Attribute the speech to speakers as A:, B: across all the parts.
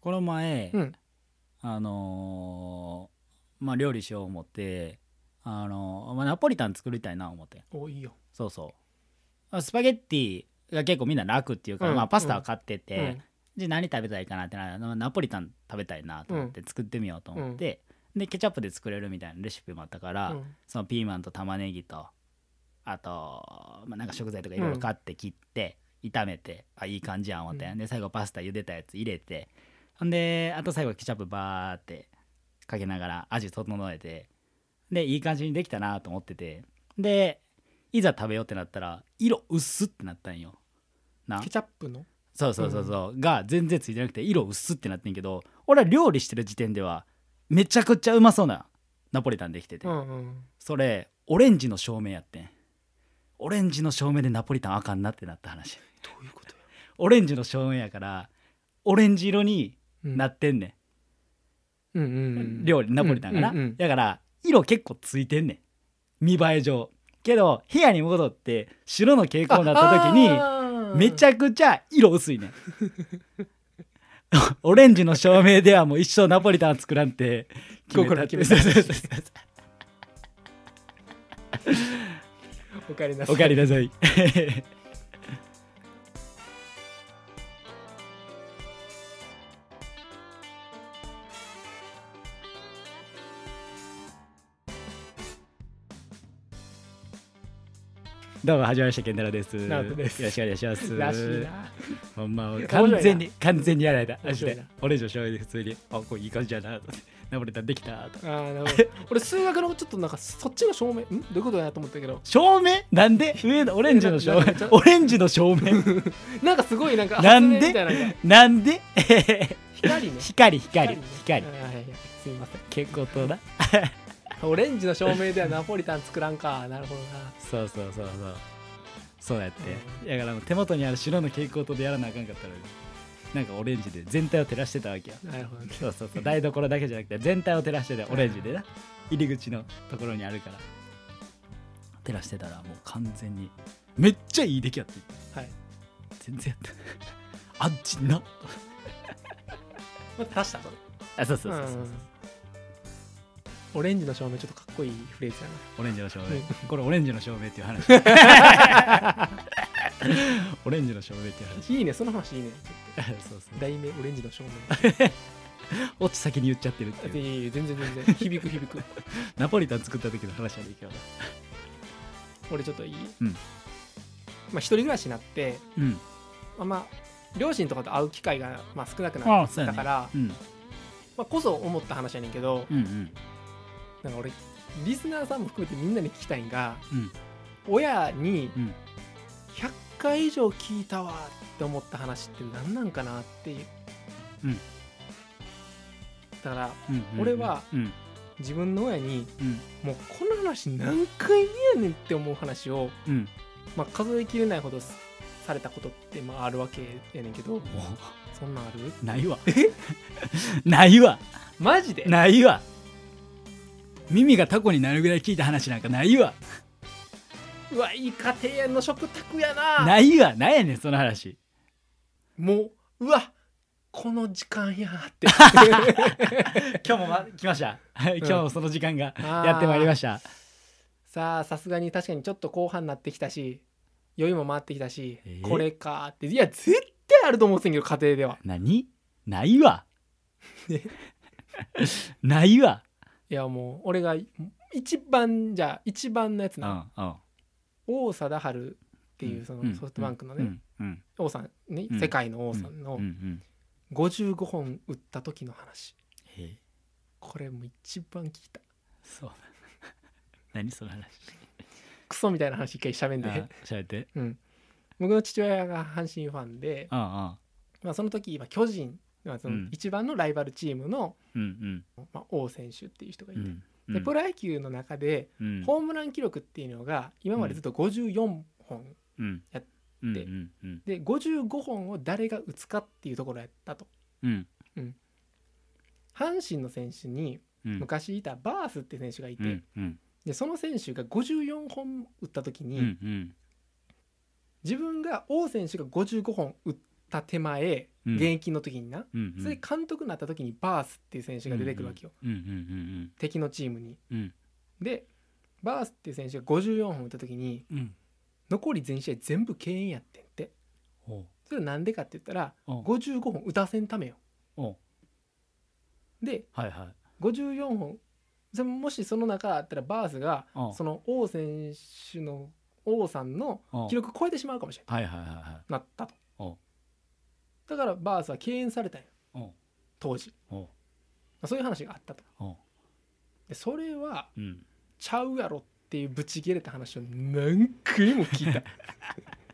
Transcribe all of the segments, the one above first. A: この前、
B: うん
A: あのーまあ料理しよう思ってあのーまあ、ナポリタン作りたいな思って
B: おいいよ、
A: そうそうあスパゲッティが結構みんな楽っていうから、
B: うん
A: まあ、パスタは買ってて、
B: うん
A: で何食べたいかなってなナナポリタン食べたいなと思って作ってみようと思って、でケチャップで作れるみたいなレシピもあったから、
B: うん
A: そのピーマンと玉ねぎとあと、まあ、なんか食材とかいろいろ買って切って、炒めてあいい感じやん思って、
B: う
A: で最後パスタ茹でたやつ入れてほんであと最後ケチャップバーってかけながら味整えてでいい感じにできたなと思っててでいざ食べようってなったら色薄ってなったんよな
B: ケチャップの
A: そうそうそうそう、が全然ついてなくて色薄ってなってんけど俺は料理してる時点ではめちゃくちゃうまそうなナポリタンできてて、
B: うんうん
A: それオレンジの照明やってんオレンジの照明でナポリタンあかんなってなった話
B: どういうことや、
A: オレンジの照明やからオレンジ色に
B: うん、
A: なってんね
B: うんうん
A: ん、
B: うん
A: 料理ナポリタンがな、
B: うんうんうん
A: だから色結構ついてんねん見栄え上けど部屋に戻って白の蛍光になった時にめち
B: ゃ
A: ゃくちゃ色薄いねん オレンジの照明ではもう一生ナポリタン作らんって決めたって
B: 心決めおかえりなさい
A: おかえりなさいどうもはじめましてケンタロウです
B: ナオトです
A: よろしくお願いします
B: らしいな
A: ほんま、
B: 白いな
A: 完全に、完全にやられた。マ
B: 面
A: ジ
B: 白いな
A: で。俺以上醤油で普通に、あ、これいい感じやな、と。ナポリタンできた、と。
B: あーなるほど俺数学のちょっとなんかそっちの証明んどういうことだなと思ったけど
A: 照明なんで上のオレンジの照
B: なな
A: 明オレンジの照明
B: なんかすごいなんか
A: なんで
B: 発明みたいなのが
A: なんで
B: 光ね
A: 光、光、
B: ね
A: 光
B: あ。ーはいはいすいません
A: 結構とな。
B: オレンジの照明ではナポリタン作らんかなるほどな
A: そうそうそうそう。そうやって。だからもう手元にある白の蛍光灯でやらなあかんかったら、なんかオレンジで全体を照らしてたわけよ。
B: なるほどね
A: そうそうそう。台所だけじゃなくて、全体を照らしてたオレンジでな。入り口のところにあるから。照らしてたらもう完全に、めっちゃいい出来やって。
B: はい、
A: 全然やった。あっちな。
B: まあ、足したと
A: あ、そうそうそうそう。
B: オレンジの照明ちょっとかっこいいフレーズやな
A: オレンジの照
B: うん
A: 明これオレンジの照明っていう話オレンジの照明っていう話
B: いいねその話いいね
A: そうそう
B: 題名オレンジの照明
A: オチ先に言っちゃってるって
B: い
A: いう
B: やいや全然全然響く響く
A: ナポリタン作った時の話はできるな
B: 俺ちょっといい、
A: うん
B: まあ一人暮らしになって
A: うん
B: あんま両親とかと会う機会が、まあ、少なくなっ
A: ああそうや
B: た
A: ね
B: から、
A: うん
B: まあ、こそ思った話やねんけど、
A: うんうん
B: なんか俺リスナーさんも含めてみんなに聞きたいんが
A: うん
B: 親に
A: うん
B: 100回以上聞いたわって思った話って何なんかなっていう、
A: うん
B: だから
A: うんうん
B: 俺は
A: うん
B: 自分の親に
A: うん
B: もうこの話何回目やねんって思う話を、
A: うん
B: まあ、数えきれないほどすされたことってまああるわけやねんけど
A: お
B: そんなんある
A: ないわないわ
B: マジで
A: ないわ耳がタコになるぐらい聞いた話なんかないわ
B: うわいい家庭の食卓やな
A: ないわなんやねんその話
B: もううわこの時間やって
A: 今日も、ま、来ました 今日もその時間が
B: あ ー
A: やってまいりました
B: さあさすがに確かにちょっと後半になってきたし酔いも回ってきたし、
A: えー
B: これかーっていや絶対あると思ってんけど家庭では
A: 何ないわ
B: え
A: ないわ
B: いやもう俺が一番じゃあ一番のやつ
A: うんう
B: な、
A: んっ
B: 王貞治っていうそのソフトバンクのね、
A: うん
B: 王さんね、
A: うん
B: 世界の王さん
A: うんう
B: の
A: ん
B: 55本打った時の話
A: へえ
B: これもう一番聞いた
A: そう何その話
B: クソみたいな話一回しゃべんで
A: あ、喋って
B: うん、僕の父親が阪神ファンで、
A: あ
B: まあ、その時今巨人まあそうの
A: ん
B: 一番のライバルチームの、
A: あうん
B: まあ、王選手っていう人がい
A: うんう
B: て、
A: ん
B: でプロ野球の中で
A: うん
B: ホームラン記録っていうのが今までずっと54本
A: うん
B: やって
A: うんうんうん
B: で55本を誰が打つかっていうところやったと
A: うん
B: 阪神の選手に
A: うん
B: 昔いたバースって選手がいて、
A: うんうん
B: でその選手が54本打った時
A: う
B: に、
A: んうん
B: 自分が王選手が55本打った手前
A: うんうん
B: 現役の時にな、
A: うんうん
B: それで監督になった時にバースっていう選手が出てくるわけよ、
A: うんうん
B: 敵のチームに
A: うんうん
B: でバースっていう選手が54本打った時に
A: うんうん
B: 残り全試合全部敬遠やってんって
A: おう
B: それはなんでかって言ったら
A: おう
B: 55本打たせんためよ
A: おう
B: で
A: はいはい
B: 54本それもしその中だったらバースが
A: うん
B: その王選手の王さんの
A: おう
B: 記録超えてしまうかもしれ
A: はいはいはいはい
B: ないなったと
A: おう
B: だからバースは敬遠されたんよ
A: おう
B: 当時
A: おう
B: まあそういう話があったと
A: おう
B: でそれは
A: うん
B: ちゃうやろっていうブチ切れた話を何回も聞 いた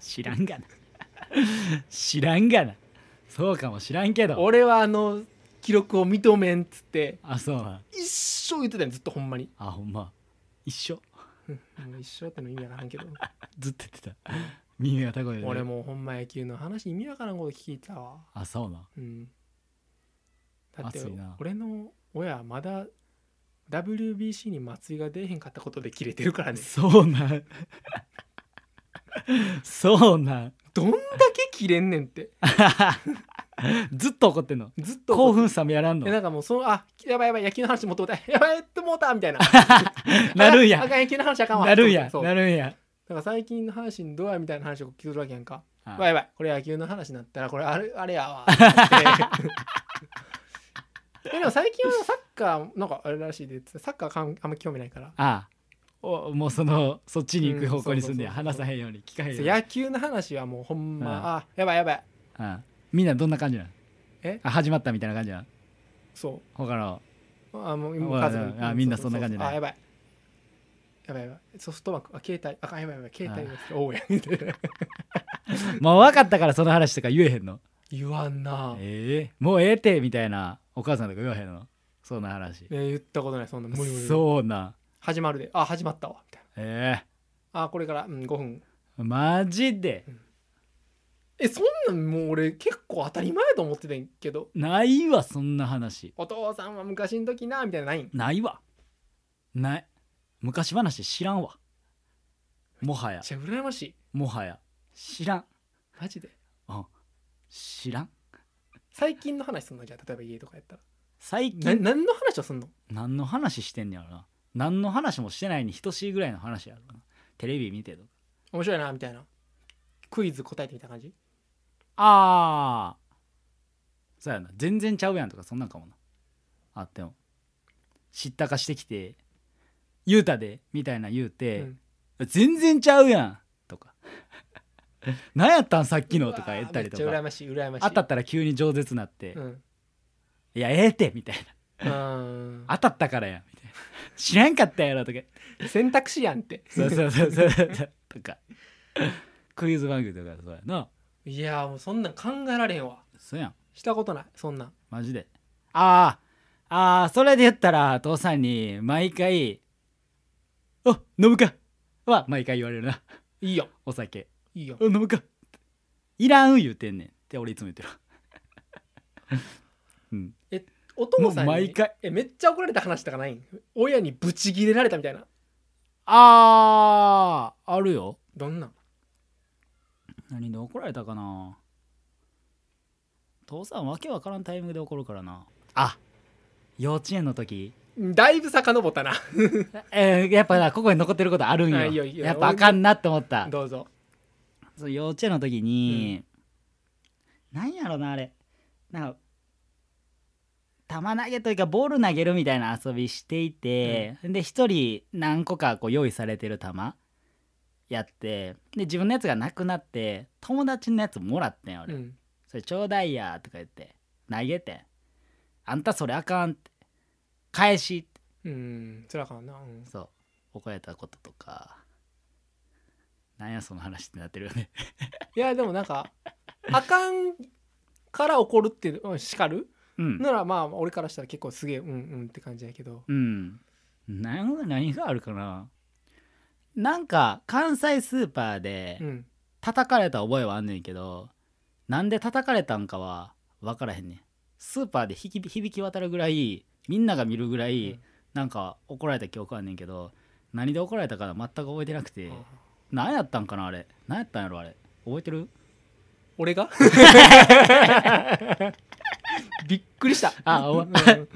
A: 知らんがな 知らんがなそうかも知らんけど
B: 俺はあの記録を認めんっつって
A: あそうなん
B: 一生言ってたよずっとほんまに
A: あほんま一緒
B: もう一生っての意味わか らんけど
A: ずっと言ってた耳が高いよね
B: 俺もうほんま野球の話意味わからんこと聞いたわ
A: あそうなん
B: うんだって
A: 熱いな
B: 俺の親まだ WBC に松井が出えへんかったことで切れてるからね
A: そうなんそうなん
B: どんだけ切れんねんって
A: ずっと怒ってんの
B: ずっと
A: 興奮冷めやらん
B: え
A: の
B: なんかもうそのあやばいやばい野球の話もっともうたやばいやってもうたみたいな
A: なるんや
B: あかんあかん野球の話あかんわ
A: なるんや
B: そうだ
A: なるんや
B: から最近の話にどうやみたいな話を聞くわけやんか
A: あ
B: やばいこれ野球の話になったらこれあれあれや わってえでも最近はサッカーなんかあれらしいでサッカーかんあんま興味ないから
A: あおもうそのそっちに行く方向にすんねや
B: うんそうそ
A: 話
B: うそう
A: さへんように聞かへんよう
B: そう
A: に
B: 野球の話はもうほんま、
A: うん
B: あやばいやばい
A: あみんなどんな感じなの
B: え
A: あ始まったみたいな感じなの
B: そ
A: 他の
B: うあもうもう家
A: う
B: 族
A: んあみんなそんな感じね
B: ねあやばいやばいやばいソフトバンクあ携帯あかんやばいやばい携帯で すおうやみたいな
A: もう分かったからその話とか言えへんの
B: 言わんな
A: え
B: え
A: えもうええてみたいなお母さんとか言わへんのそんな話
B: ー言ったことないそんな無理無理無理
A: そうなん
B: 始まるであ始まったわみたい
A: え
B: なあこれから、うん、5分
A: えマジで
B: えそんなんもう俺結構当たり前やと思ってたんやけど
A: ないわそんな話
B: お父さんは昔の時なみたいなのないん
A: ないわない昔話知らんわもはや
B: めっちゃ羨ましい
A: もはや知らん
B: マジで
A: うん知らん
B: 最近の話すんのじゃあ例えば家とかやった
A: 最
B: らな
A: 近
B: 何の話をすんの
A: 何の話してんねやろな何の話もしてないに等しいぐらいの話やろなテレビ見てとか
B: 面白いなみたいなクイズ答えてみたいな感じ
A: ああそうやな全然ちゃうやんとかそんなんかもなあっても知ったかしてきて「言うたで」みたいな言うて「全然ちゃうやん」とか 「何やったんさっきの」とか言ったりと
B: うわー
A: か
B: めっちゃ羨ましい羨ましい
A: 当たったら急に饒舌なって
B: う
A: 「いやええって」みたい
B: ん、
A: な「当たったからや」みたいな「知らんかったやろ」とか
B: うん、選択肢やんって
A: そうそうそうそうそうとかクイズ番組とかそうやない
B: やーもうそんなん考えられへんわ
A: そうやん
B: したことないそんなん
A: マジであーあーそれで言ったら父さんに毎回「お飲むか!」は毎回言われるない
B: いよ
A: お酒
B: いい
A: 「
B: よ
A: お飲むか!」いらん言うてんねんって俺いつも言って るうん
B: お父さんに
A: もう毎回
B: えめっちゃ怒られた話とかないん親にブチギレられたみたいな
A: あーあるよ
B: どんなん
A: 何で怒られたかな父さんわけわからんタイミングで怒るからなあ幼稚園の時
B: だいぶ遡ったな
A: えーやっぱなここに残ってることあるんよ
B: あいいよいいよ
A: やっぱあかんなって思った
B: どうぞ
A: そう幼稚園の時に、なんやろなあれなんか球投げというかボール投げるみたいな遊びしていて、で一人何個かこう用意されてる球やってで自分のやつがなくなって友達のやつもらってん俺、
B: うん
A: それちょうだいやとか言って投げてあんたそれあかんって返しって
B: うんつらかんな、うん
A: そう怒られたこととかなんやその話ってなってるよね
B: いやでもなんかあかんから怒るっていう、うん、叱る
A: うん
B: ならまあ俺からしたら結構すげえうんうんって感じやけど
A: うん。なん何があるかななんか関西スーパーで
B: うん
A: 叩かれた覚えはあんねんけど、なんで叩かれたんかは分からへんねん。スーパーで響き響き渡るぐらいみんなが見るぐらい、
B: うん
A: なんか怒られた記憶あんねんけど何で怒られたか全く覚えてなくて、なん、何やったんかなあれ何やったんやろあれ覚えてる
B: 俺がびっくりした
A: あお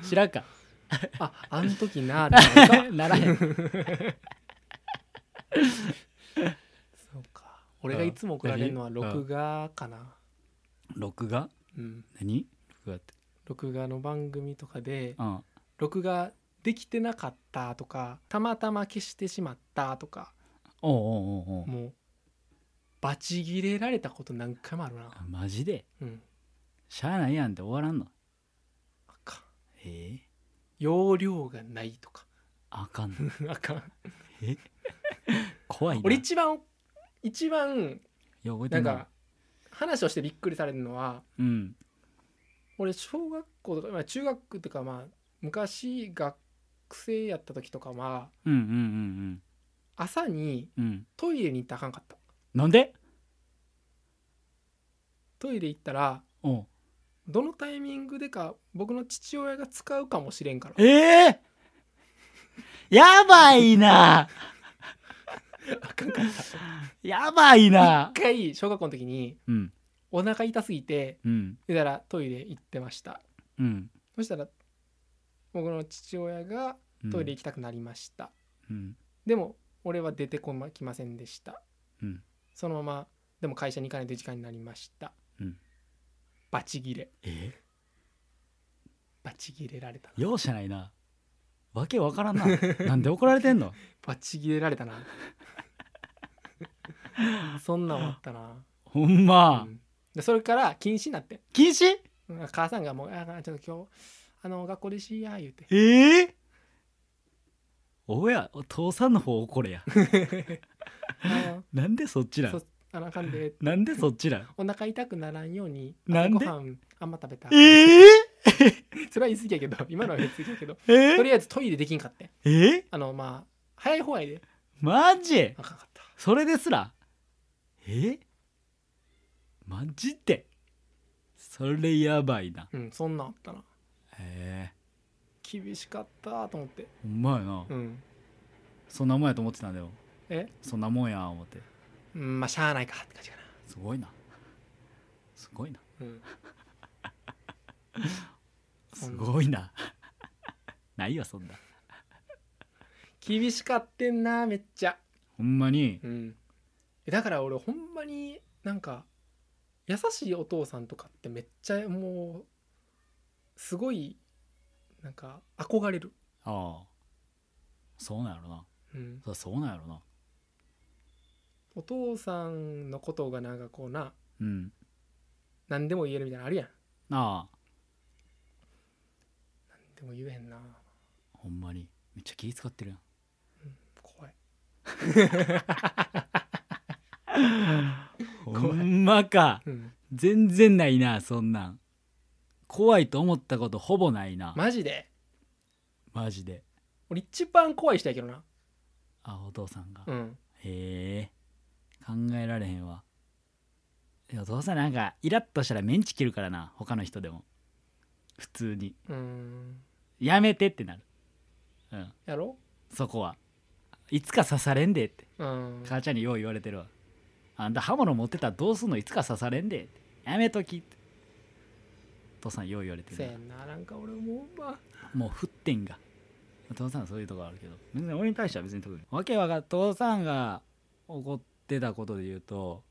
A: 知らん か
B: ああの時な ってなるか
A: ならへん
B: そうか俺がいつも怒られるのは録画かな
A: 録画
B: うん
A: 何録画って
B: 録画の番組とかで
A: うん
B: 録画できてなかったとかたまたま消してしまったとか
A: おうおうおうおう
B: もうバチギレられたこと何回もあるな
A: あマジで
B: うん
A: しゃあないやんって終わらんの
B: あかん
A: ええ
B: 容量がないとか
A: あかんの
B: あかん
A: 怖いな
B: 俺
A: い
B: 一番一番
A: や覚え
B: な
A: て
B: ん
A: ん
B: か話をしてびっくりされるのは
A: うん
B: 俺小学校とか、まあ、中学とかまあ昔学生やった時とかは
A: うんうんうん
B: 朝に
A: うんうん
B: トイレに行ったらあかんかった
A: なんで
B: トイレ行ったら
A: おう
B: どのタイミングでか僕の父親が使うかもしれんから
A: ええ やばいな
B: あかんかった
A: やばいな
B: 一回小学校の時に
A: うん
B: お腹痛すぎて
A: うん
B: だからトイレ行ってました
A: うん
B: そしたら僕の父親が
A: うん
B: トイレ行きたくなりました、
A: うん
B: でも俺は出てこまきませんでした
A: うん
B: そのままでも会社に行かないと時間になりました、
A: うん
B: バチギレ
A: え
B: バチギレられたな
A: 容赦ないなわけわ からんななんで怒られてんの
B: バチギレら れたなそんなんあったな、
A: ほんま、
B: うんでそれから禁止になって
A: 禁止
B: うん母さんがもう「あちょっと今日あの学校でしや」言うて
A: ええおやお父さんの方怒れや
B: 「 あ
A: なんでそっちら
B: のそあのあかんで
A: なんでそっちら
B: お腹痛くならんように
A: な
B: 朝
A: ん
B: ご
A: で
B: はんあんま食べた」
A: ええ
B: それは言い過ぎやけど今のは言い過ぎやけど
A: え
B: と
A: え
B: りあえずトイレできんかってん
A: ええ
B: あのまあ早い方やで
A: マジ
B: あかんかった
A: それですらえマジでそれやばいな
B: うんそんなんあったな
A: へえ
B: 厳しかったと思って
A: ほんまやな、
B: うん
A: そんなもんやと思ってたんだよ
B: え
A: そんなもんや思って
B: うんまあしゃあないかって感じかな
A: すごいなすごいな
B: うん
A: すごいな ないよそんな
B: 厳しかってんなめっちゃ
A: ほんまに
B: うんえだから俺ほんまになんか優しいお父さんとかってめっちゃもうすごいなんか憧れる
A: ああそうなんやろな
B: うん
A: そうそうなんやろな
B: お父さんのことがなんかこうな
A: うん
B: 何でも言えるみたいなのあるやん
A: ああ
B: でも言えへんな
A: ほんまにめっちゃ気使ってるやん
B: 怖い
A: ほ
B: い
A: んまか
B: うん
A: 全然ないなそんなん怖いと思ったことほぼないな、
B: マジで
A: マジで
B: 俺一番怖い人やけどな
A: あお父さんが、
B: うん
A: へえ考えられへんわいやお父さんなんかイラッとしたらメンチ切るからな他の人でも普通に
B: うーん
A: やめてってなるうん
B: やろ
A: そこはいつか刺されんでって
B: うん
A: 母ちゃんによう言われてるわあんた刃物持ってたらどうすんのいつか刺されんでってやめときってお父さんよう言われて
B: せ
A: る
B: やんななんか俺もうま
A: もう沸点がお父さんはそういうとこあるけど別に俺に対しては別に特にわけわかん父さんが怒ってたことで言うと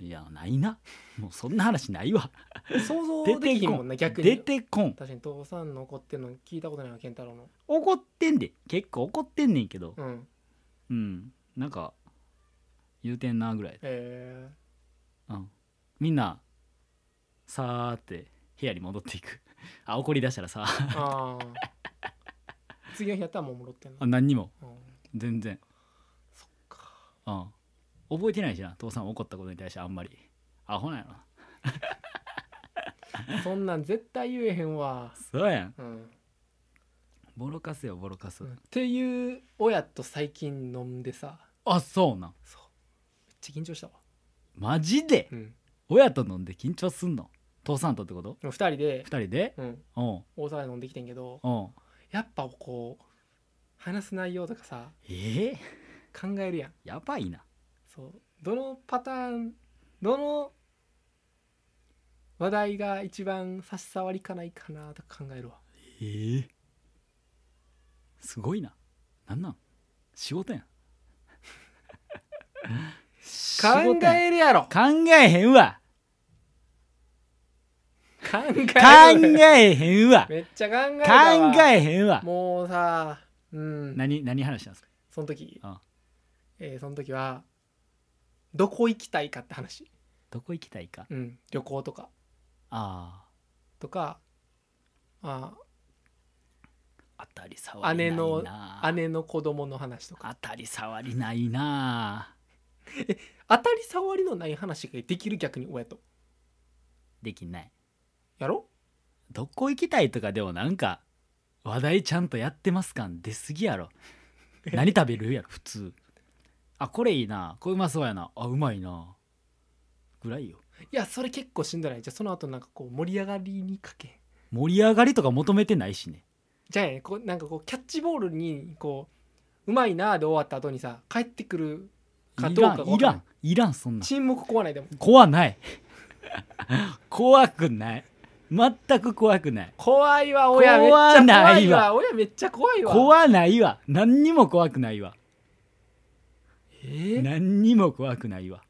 A: いやないなもうそんな話ないわ
B: 想
A: 出
B: 像で
A: て
B: きん
A: こ
B: もん
A: ん
B: な逆に
A: 出てこん
B: 確かに父さんの怒ってんの聞いたことないわ健太郎の
A: 怒ってんで結構怒ってんねんけど
B: うん
A: うんなんか言うてんなぐらい
B: え
A: うん、みんなさーって部屋に戻っていくあ怒り出したらさ
B: ー、 あー次の日やったらもう戻ってんの
A: あ何にも
B: うん
A: 全然、
B: そっか
A: うん、覚えてないしな父さん怒ったことに対してあんまりアホなんやろな
B: そんなん絶対言えへんわ
A: そうやん
B: うん、
A: ボロカスよボロカス、
B: っていう親と最近飲んでさ
A: あそうなん
B: そうめっちゃ緊張したわ
A: マジで
B: うん
A: 親と飲んで緊張すんの父さんとってこと
B: 2人で
A: 二人で
B: うん、
A: うん
B: 大阪で飲んできてんけど
A: うん
B: やっぱこう話す内容とかさ
A: ええ
B: 考えるやん
A: やばいな
B: そうどのパターンどの話題が一番差し障りかないかなとか考えるわ
A: ええすごいななんなん仕事 やん仕
B: 考
A: 事やん
B: えるやろ
A: 考えへんわ
B: 考え
A: 考
B: る
A: えへんわ
B: めっちゃ考え
A: 考
B: たわ
A: えへんわ
B: もうさうん
A: 何何話したんですか
B: その時
A: あ
B: えーその時はどこ行きたいかって話、
A: どこ行きたいか
B: うん、旅行とか
A: あ
B: とかあ
A: あ当たり障り
B: 姉
A: ない
B: の
A: な
B: 姉の子供の話とか
A: 当たり障りないな
B: 当たり障りのない話ができる逆に親と
A: できない
B: やろ
A: どこ行きたいとかでもなんか話題ちゃんとやってますかん出すぎや ろ何食べるやろ普通あこれいいなこれうまそうやなあうまいなぐらいよ
B: いやそれ結構しんどないじゃあその後なんかこう盛り上がりにかけん
A: 盛り上がりとか求めてないしね
B: じゃあねこうなんかこうキャッチボールにこううまいなーで終わった後にさ帰ってくるか
A: い
B: どう
A: ら
B: かが
A: ん
B: 分
A: い
B: かららん
A: んいらんそんなん
B: 沈黙壊ないでも
A: 怖ない 怖くない全く怖くない
B: 怖いわ親めっち
A: 怖
B: ゃ
A: な
B: 怖
A: いい
B: わ
A: わ
B: 親めっちゃ怖いわ
A: 怖ないわ何にも怖くないわ
B: えー
A: 何にも怖くないわ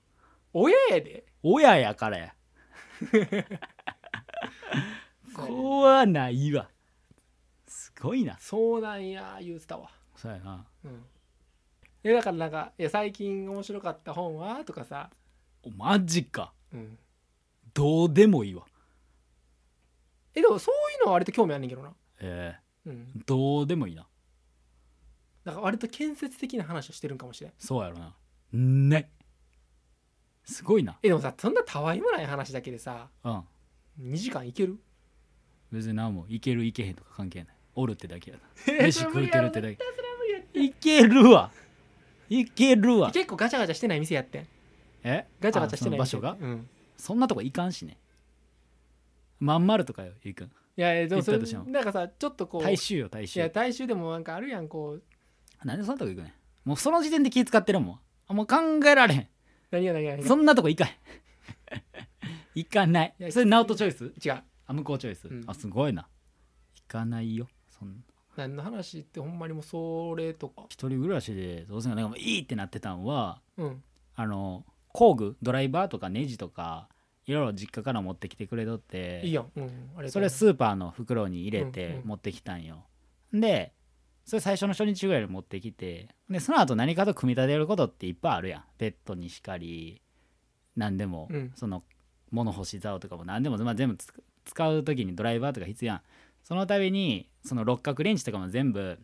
B: 親やで
A: 親やから や怖ないわすごいな
B: そうなんや言うてたわ
A: そうやな
B: うんえだからなんか「いや最近面白かった本は?」とかさ、
A: おマジか
B: うん、
A: どうでもいいわ
B: えでもそういうのは割と興味あんねんけどな、
A: え
B: うん、
A: ー、どうでもいいな
B: だから割と建設的な話をしてるんかもしれん
A: そうやろなねすごいな
B: えでもさそんなたわいもない話だけでさ
A: うん
B: 2時間いける
A: 別に何もいけるいけへんとか関係ないおるってだけやな
B: え
A: 飯
B: それ
A: 食
B: 無
A: う
B: 理
A: てる
B: やろ
A: ってだ
B: 絶
A: け
B: 対それは無理や
A: いけるわいけるわ
B: 結構ガチャガチャしてない店やってん
A: え
B: ガチャガチャしてない
A: あそ
B: 店
A: の場所が
B: うん
A: そんなとこいかんしねまん丸とかよゆいくん
B: いやいやでもそれ
A: 行ったとしても
B: なんかさちょっとこう
A: 大衆よ大
B: い
A: 衆
B: や大衆でもなんかあるやんこう
A: なんでそんなとこ行くねんもうその時点で気使ってるもんあもう考えられへん
B: 何が何が何が
A: そんなとこ行かへん 行かない
B: いや
A: それナオトチョイス
B: 違う
A: あ向こうチョイス、
B: うん
A: あすごいな行かないよそんな
B: 何の話ってほんまにもうそれとか
A: 一人暮らしでどうせなんかもういいってなってたんは
B: うん
A: あの工具ドライバーとかネジとかいろいろ実家から持ってきてくれとって
B: いいやん、うん、ありがと
A: そうれスーパーの袋に入れ
B: うん
A: て
B: うん
A: 持ってきたんよ、でそれ最初の初日ぐらいで持ってきてでその後何かと組み立てることっていっぱいあるやんベッドにしかり何でも、
B: うん
A: その物干し竿とかも何でも、まあ、全部つ使う時にドライバーとか必要やんその度にその六角レンチとかも全部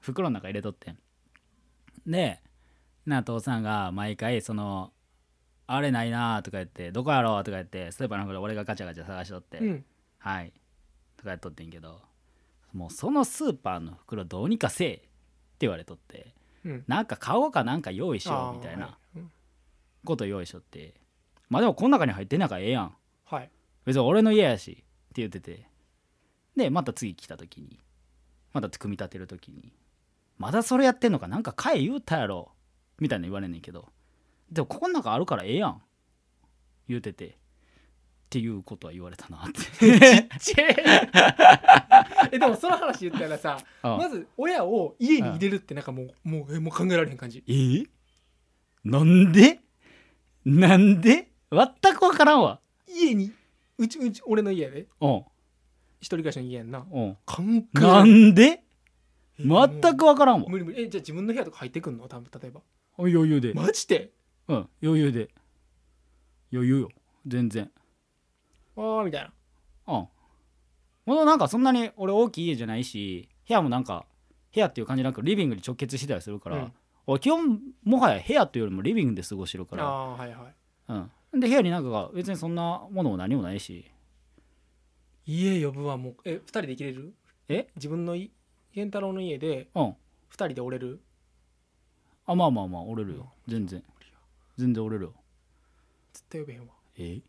A: 袋の中入れとってんでなあ父さんが毎回その「あれないな」とか言って「どこやろ?」とか言ってスーパーの方で俺がガチャガチャ探しとって、
B: うん
A: はいとかやっとってんけどもうそのスーパーの袋どうにかせえって言われとって
B: うん
A: なんか買おうかなんか用意しようみたい
B: あー
A: な
B: はいうん
A: こと用意しとってまあでもこの中に入ってんなかええやん
B: はい
A: 別に俺の家やしって言っててでまた次来た時にまた組み立てる時にまだそれやってんのかなんか買え言うたやろみたいな言われんねんけどでもここの中あるからええやん言うててっていうことは言われたなって
B: ちぇえでもその話言ったら さ
A: うん
B: まず親を家に入れるってなんかもうもうえもう考えられへん感じ
A: えーなんでなんで全く分からんわ。
B: 家にうちうち俺の家やで
A: うん、
B: 一人暮らしの家やんな
A: うん。
B: 考えら
A: な
B: れへん
A: んで
B: もう
A: 全く分からんわ。
B: 無理無理えじゃあ自分の部屋とか入ってくんの多分例えば
A: 余裕で。
B: マジで
A: うん、余裕で。余裕よ。全然。
B: ああみたいな
A: うん。もうなんかそんなに俺大きい家じゃないし、部屋もなんか、部屋っていう感じなくリビングに直結してたりするから、
B: うん
A: 俺基本もはや部屋というよりもリビングで過ごしてる
B: あ
A: から、
B: あーはいは
A: うん。で、部屋になんかが別にそんなものも何もないし、
B: い家呼ぶはもうえ二人で生きれる
A: え
B: 自分のい健太郎の家で
A: うん。
B: 二人で折れる
A: あまあまあまあ折れるよ全然全然折れるよ
B: 絶対呼べへんわ
A: え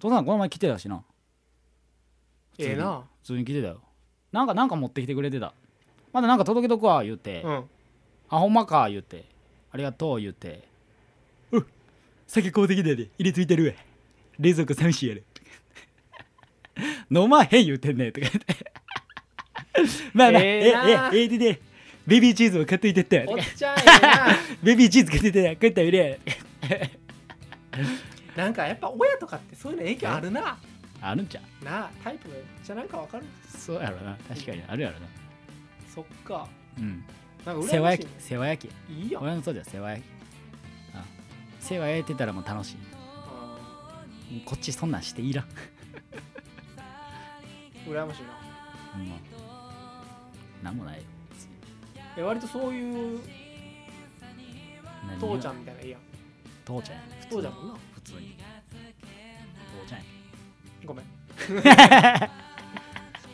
A: 父さんこの前来てたしな通に
B: ええな
A: 普通に来てたよなんかなんか持ってきてくれてたまだなんか届けとくわ言うて、
B: うん
A: あほんまか言うてありがとう言うてうっ酒買うてきたで入れついてる冷蔵庫寂しいやろ」飲まへん言うてんねん」とか言って 「まあまあ
B: ええ
A: え
B: な
A: えええででベビーチーズも買っといてったよ」
B: お
A: と
B: っ
A: か
B: ちゃんや
A: ベビーチーズ買っといてたよ買ったよね」
B: ななんかやっぱ親とかってそういうの影響あるな
A: あるんちゃう
B: なあタイプじゃなんかわかる
A: そうやろな確かにあるやろな
B: そっか
A: うん
B: なんか
A: 世話
B: 羨ましい
A: 焼
B: ね
A: き世話焼き
B: いいやん
A: 俺もそうじゃん世話焼きあ世話焼いてたらもう楽しい
B: あ
A: こっちそんなんしていらん、
B: ー羨ましいな
A: ほんまなんもないよ
B: いや割とそういう
A: 何が
B: 父ちゃんみたいないいやん
A: 父ちゃんや
B: 父ちゃんもんな
A: 普通に父ちゃんや
B: ごめん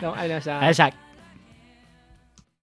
B: どうもあ
A: あり
B: りがとうございました
A: がとうございました